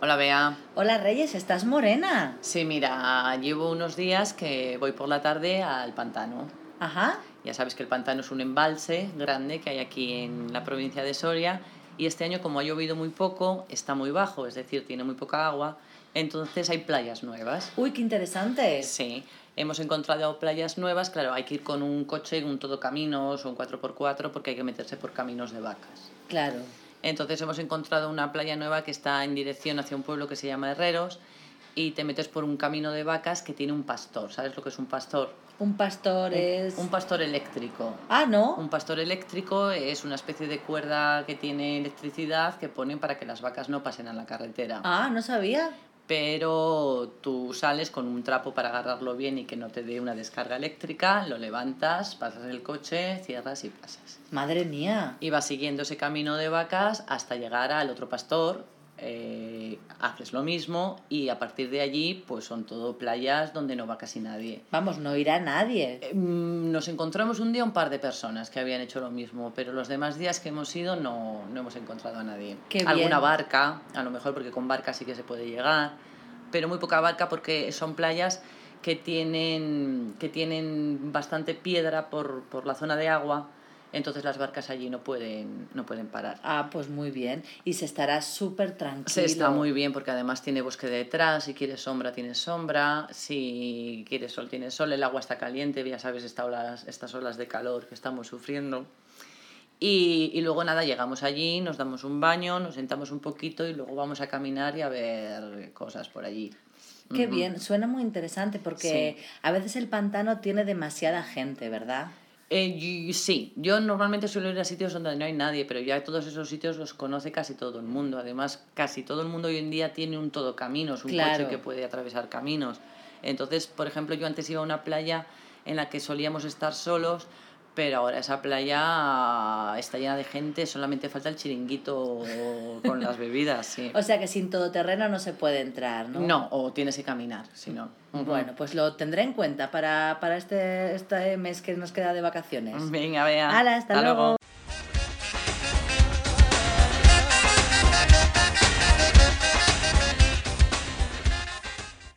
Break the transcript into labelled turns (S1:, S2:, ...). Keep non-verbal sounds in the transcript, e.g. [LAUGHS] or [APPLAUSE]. S1: Hola, Bea.
S2: Hola Reyes, estás morena.
S1: Sí, mira, llevo unos días que voy por la tarde al pantano.
S2: Ajá.
S1: Ya sabes que el pantano es un embalse grande que hay aquí en la provincia de Soria y este año como ha llovido muy poco, está muy bajo, es decir, tiene muy poca agua, entonces hay playas nuevas.
S2: Uy, qué interesante.
S1: Sí, hemos encontrado playas nuevas, claro, hay que ir con un coche, un todocaminos o un 4x4 porque hay que meterse por caminos de vacas.
S2: Claro.
S1: Entonces hemos encontrado una playa nueva que está en dirección hacia un pueblo que se llama Herreros y te metes por un camino de vacas que tiene un pastor. ¿Sabes lo que es un pastor?
S2: Un pastor es...
S1: Un pastor eléctrico.
S2: Ah, ¿no?
S1: Un pastor eléctrico es una especie de cuerda que tiene electricidad que ponen para que las vacas no pasen a la carretera.
S2: Ah, no sabía.
S1: Pero tú sales con un trapo para agarrarlo bien y que no te dé una descarga eléctrica, lo levantas, pasas el coche, cierras y pasas.
S2: Madre mía.
S1: Y vas siguiendo ese camino de vacas hasta llegar al otro pastor, eh, haces lo mismo y a partir de allí pues son todo playas donde no va casi nadie.
S2: Vamos, no irá nadie.
S1: Eh, mm, Nos encontramos un día un par de personas que habían hecho lo mismo, pero los demás días que hemos ido no, no hemos encontrado a nadie.
S2: Qué
S1: Alguna
S2: bien.
S1: barca, a lo mejor porque con barca sí que se puede llegar, pero muy poca barca porque son playas que tienen, que tienen bastante piedra por, por la zona de agua, entonces las barcas allí no pueden, no pueden parar.
S2: Ah, pues muy bien. Y se estará súper tranquilo.
S1: Se está muy bien porque además tiene bosque detrás, si quieres sombra tienes sombra, si quieres sol tienes sol, el agua está caliente, ya sabes esta olas- estas olas de calor que estamos sufriendo. Y, y luego nada, llegamos allí, nos damos un baño, nos sentamos un poquito y luego vamos a caminar y a ver cosas por allí.
S2: Qué
S1: Ujú.
S2: bien, suena muy interesante porque a veces el pantano tiene demasiada gente, ¿verdad?
S1: Eh, y- sí, yo normalmente suelo ir a sitios donde no hay nadie, pero ya todos esos sitios los conoce casi todo el mundo. Además, casi todo el mundo hoy en día tiene un todo caminos, un
S2: Claro.
S1: coche que puede atravesar caminos. Entonces, por ejemplo, yo antes iba a una playa en la que solíamos estar solos, pero ahora esa playa está llena de gente, solamente falta el
S2: [LAUGHS]
S1: chiringuito con las bebidas, sí.
S2: O sea que sin todoterreno no se puede entrar, ¿no?
S1: No, o tienes que caminar, si no. Ujú.
S2: Bueno, pues lo tendré en cuenta para, para este, este mes que nos queda de vacaciones.
S1: Venga, vea.
S2: Hala, hasta luego.